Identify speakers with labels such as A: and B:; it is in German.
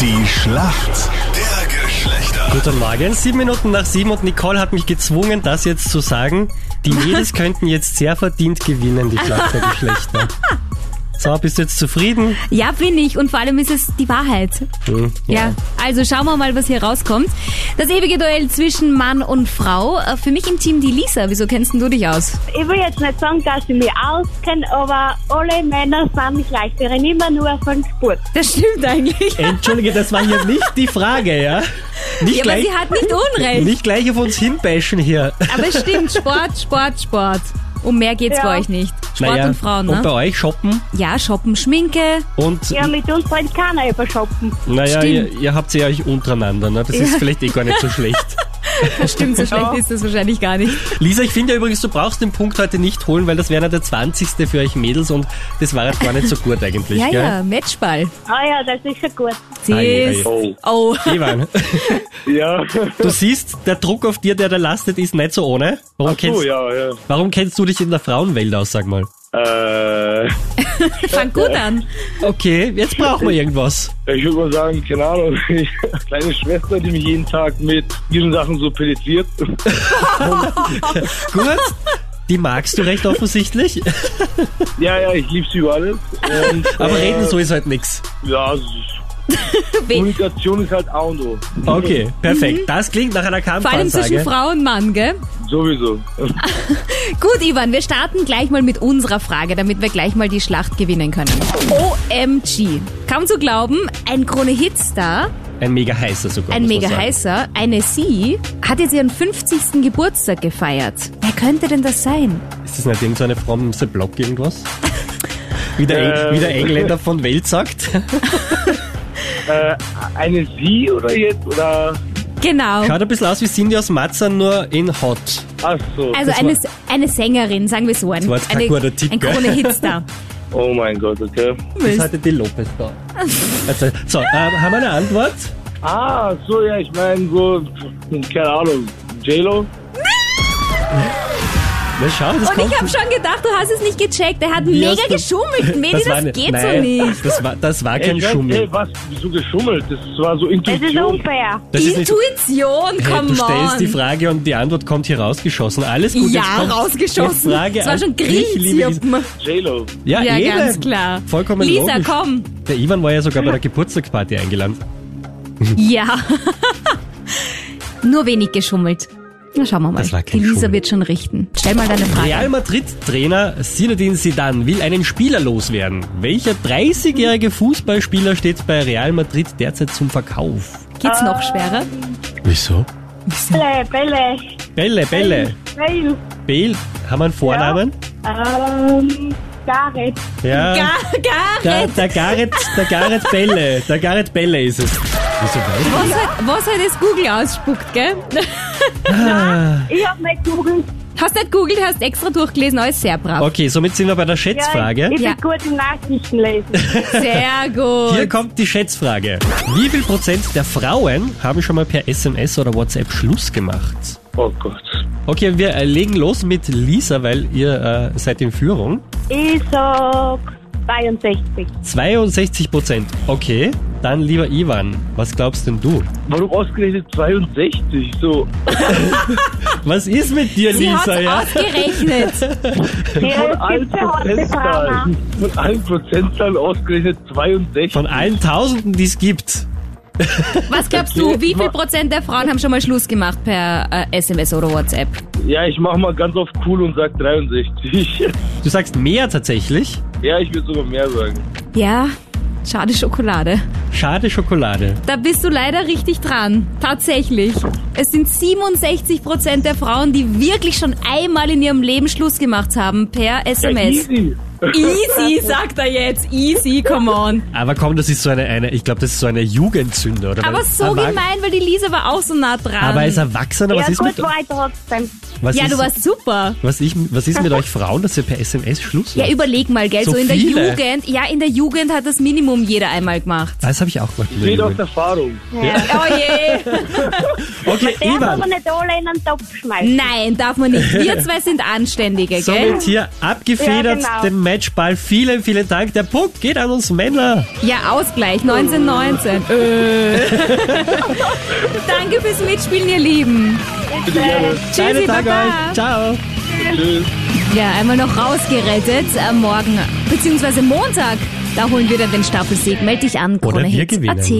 A: Die Schlacht der Geschlechter.
B: Guten Morgen, sieben Minuten nach sieben und Nicole hat mich gezwungen, das jetzt zu sagen. Die Mädels könnten jetzt sehr verdient gewinnen, die Schlacht der Geschlechter. So, bist du jetzt zufrieden?
C: Ja, bin ich. Und vor allem ist es die Wahrheit.
B: Hm,
C: Ja. Also schauen wir mal, was hier rauskommt. Das ewige Duell zwischen Mann und Frau. Äh, Für mich im Team die Lisa. Wieso kennst denn du dich aus?
D: Ich will jetzt nicht sagen, dass ich mich auskenne, aber alle Männer sind gleich. Die rennen immer nur von Geburt.
C: Das stimmt eigentlich.
B: Entschuldige, das war hier nicht die Frage, ja? Nicht
C: Ja, aber
B: gleich,
C: sie hat nicht Unrecht.
B: nicht gleich auf uns hinbashen hier.
C: Aber es stimmt. Sport, Sport, Sport. Um mehr geht's
D: Ja.
C: bei euch nicht. Sport
B: Naja,
C: und Frauen,
B: Und bei
C: ne?
B: euch shoppen
C: Ja, Shoppen, Schminke.
B: und,
D: Ja, mit uns brennt keiner über Shoppen.
B: naja, ihr,
C: stimmt.
B: ihr habt sie ja euch untereinander, ne? Das ist vielleicht eh gar nicht so schlecht.
C: Das stimmt, so schlecht ist das wahrscheinlich gar nicht.
B: Lisa, ich finde ja übrigens, du brauchst den Punkt heute nicht holen, weil das wäre ja der 20. für euch Mädels und das war jetzt gar nicht so gut eigentlich,
C: Ja,
B: gell?
C: ja, Matchball.
D: Ah ja, das ist schon gut.
B: Ei,
C: Siehst.
E: ei.
C: Oh.
B: Ivan,
E: Ja,
B: du siehst, der Druck auf dir, der da lastet, ist nicht so ohne. Warum, kennst,
E: so, ja, Oh, ja.
B: warum kennst du dich in der Frauenwelt aus, sag mal?
E: Äh,
C: Fang gut an.
B: Okay, jetzt brauchen wir irgendwas.
E: ich würde mal sagen, keine Ahnung, ich, kleine Schwester, die mich jeden Tag mit diesen Sachen so penetriert.
B: Gut, die magst du recht offensichtlich,
E: Ja, ja, ich liebe sie über alles. Und,
B: aber
E: äh,
B: reden so ist halt nix.
E: Ja, es ist- Kommunikation ist halt A und O.
B: Okay,
E: Mhm.
B: perfekt. Das klingt nach einer
C: Vor allem zwischen
B: Kampfansage.
C: Frau und Mann, gell?
E: Sowieso.
C: Gut, Ivan, wir starten gleich mal mit unserer Frage, damit wir gleich mal die Schlacht gewinnen können. OMG. Kaum zu glauben, ein Krone-Hitstar,
B: Ein mega heißer sogar.
C: ein
B: muss man
C: mega
B: sagen.
C: heißer, eine Sie, hat jetzt ihren 50. Geburtstag gefeiert. Wer könnte denn das sein?
B: Ist das nicht irgendeine so eine from the block irgendwas? Wie der, Eng,
E: Äh.
B: wie der Engländer von Welt sagt.
E: Äh, eine Sie oder jetzt? Oder.
C: Genau.
B: Schaut ein bisschen aus wie Cindy aus Matzern, nur in Hot.
E: Ach so.
C: Also
B: das
C: eine, eine Sängerin, sagen wir so. Ein,
B: war jetzt kein
C: eine,
B: guter Tipp,
C: ein
B: gell?
C: Krone-Hitstar.
E: Oh mein Gott, okay.
B: Das hatte die Lopez da. Also, so, ähm, haben wir eine Antwort?
E: Ah, so, ja, ich meine, so, keine Ahnung, J-Lo?
B: Na schau, das
C: Und
B: kommt.
C: ich habe schon gedacht, du hast es nicht gecheckt. Er hat
B: Ja,
C: mega
B: das-
C: geschummelt. Mädel, das,
B: eine-
C: geht
B: nein,
C: so nicht.
B: Das war, das war
E: Ey,
B: kein Schummel.
E: Ey, Äh, was? Wieso geschummelt? Das war so
D: Das ist
E: Intuition.
D: unfair.
B: Das ist nicht,
C: Intuition,
B: hey,
C: come
B: du stellst
C: on.
B: die Frage und die Antwort kommt hier rausgeschossen. Alles gut.
C: ja,
B: jetzt kommt, Jetzt
C: rausgeschossen.
B: Frage
C: das war
B: an
C: schon
B: dich, liebe Lisa.
C: Grillzirpen.
E: J-Lo.
B: Ja,
C: Ja,
B: eben.
C: ganz klar.
B: Vollkommen
C: Lisa,
B: logisch.
C: komm.
B: Der Ivan war ja sogar bei der Geburtstagsparty eingeladen.
C: Ja. Nur wenig geschummelt. Na, schauen wir mal.
B: Das war
C: die
B: kein
C: Lisa
B: Schummeln.
C: wird schon richten. Stell mal deine Frage.
B: Real Madrid-Trainer Zinedine Zidane will einen Spieler loswerden. Welcher 30-jährige Fußballspieler steht bei Real Madrid derzeit zum Verkauf?
C: Geht's noch schwerer?
B: Wieso?
D: Bälle, Bälle.
B: Bälle, Bälle.
D: Bälle.
B: Bale, haben wir einen Vornamen?
D: Ähm, Gareth.
B: Ja.
C: Gar, gar.
B: Der, der, Gareth, der Gareth Bälle. Der Gareth Bälle ist es. Wieso weiß
C: Was halt, was halt das Google ausspuckt, gell?
D: Ich hab nicht Google.
C: Hast nicht googelt, hast extra durchgelesen, alles sehr brav.
B: Okay, somit sind wir bei der
D: Ja,
B: Schätzfrage.
D: Ich, ich
C: Ja.
D: bin gut im Nachrichten lesen.
C: Sehr gut.
B: Hier kommt die Schätzfrage. Wie viel Prozent der Frauen haben schon mal per SMS oder WhatsApp Schluss gemacht?
E: Oh Gott.
B: Okay, wir äh, legen los mit Lisa, weil ihr äh, seid in Führung.
D: Ich sag 62.
B: 62 Prozent. Okay, dann lieber Ivan, was glaubst denn du?
E: Warum ausgerechnet 62? So,
B: Was ist mit dir,
C: Sie hat's
B: Lisa? Ja?
C: ausgerechnet.
D: Ja, es
E: allen
D: gibt ja heute
E: Prozentzahlen. Von allen Prozentzahlen ausgerechnet 62.
B: Von allen Tausenden, die es gibt.
C: Was glaubst du, wie viel Prozent der Frauen haben schon mal Schluss gemacht per äh, SMS oder WhatsApp?
E: Ja, ich mach mal ganz auf cool und sag 63.
B: Du sagst mehr tatsächlich.
E: ja, ich würde sogar mehr sagen.
C: Ja, schade Schokolade.
B: Schade Schokolade.
C: Da bist du leider richtig dran. Tatsächlich. Es sind 67 Prozent der Frauen, die wirklich schon einmal in ihrem Leben Schluss gemacht haben per
E: Ja,
C: SMS.
E: easy.
C: Easy, sagt er jetzt. Easy, come on.
B: Aber komm, das ist so eine, eine ich glaube, das ist so eine Jugendsünde, oder?
C: Aber
B: Weil-
C: so
B: Erwach-
C: gemein, weil die Lisa war auch so nah dran.
B: Aber als Erwachsener, was
D: Ja,
B: ist
D: gut
B: mit
D: war ich trotzdem.
B: was
C: ja,
B: ist,
C: du warst super.
B: was, ich, was ist mit euch Frauen, dass ihr per SMS Schluss
C: Ja,
B: macht?
C: überleg mal, gell?
B: So
C: So, in der
B: viele.
C: Jugend, ja, in der Jugend hat das Minimum jeder einmal gemacht.
B: das habe ich auch gemacht. in der
E: Geht aus
B: Jugend.
E: Erfahrung.
C: Oh je.
B: Okay,
D: Der muss
B: Ivan.
D: aber nicht alle in den Topf schmeißen.
C: Nein, darf man nicht. Wir zwei sind Anständige, gell?
B: Somit hier abgefedert
D: Ja, genau.
B: den Matchball. Vielen, vielen Dank. Der Punkt geht an uns Männer.
C: Ja, Ausgleich, 1919. Äh. Danke fürs Mitspielen, ihr Lieben.
E: Bitte gerne.
C: Tschüssi,
B: Schönen Tag
C: Baba.
B: euch. Ciao.
E: Tschüss.
C: Ja, einmal noch rausgerettet äh, am Morgen, beziehungsweise Montag. Da holen wir dann den Staffelsieg. Meld dich an,
B: Oder wir
C: KroneHits.at.
B: gewinnen.